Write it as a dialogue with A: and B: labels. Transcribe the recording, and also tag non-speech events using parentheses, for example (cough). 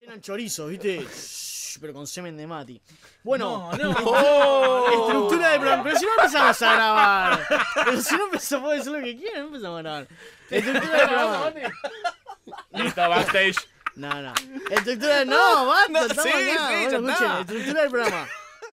A: eran chorizos, ¿viste? Shhh, Pero con semen de mati. Bueno,
B: No, no.
A: estructura de programa. Pero si no empezamos a grabar. Pero si no empezamos a decir lo que quieran, no empezamos a grabar. Estructura de
C: (laughs)
A: programa.
C: Listo, backstage.
A: No, no. Estructura. No, basta.
C: No,
A: estamos
C: sí,
A: acá.
C: sí, ya
A: Bueno, escuchen,
C: está.
A: estructura del programa.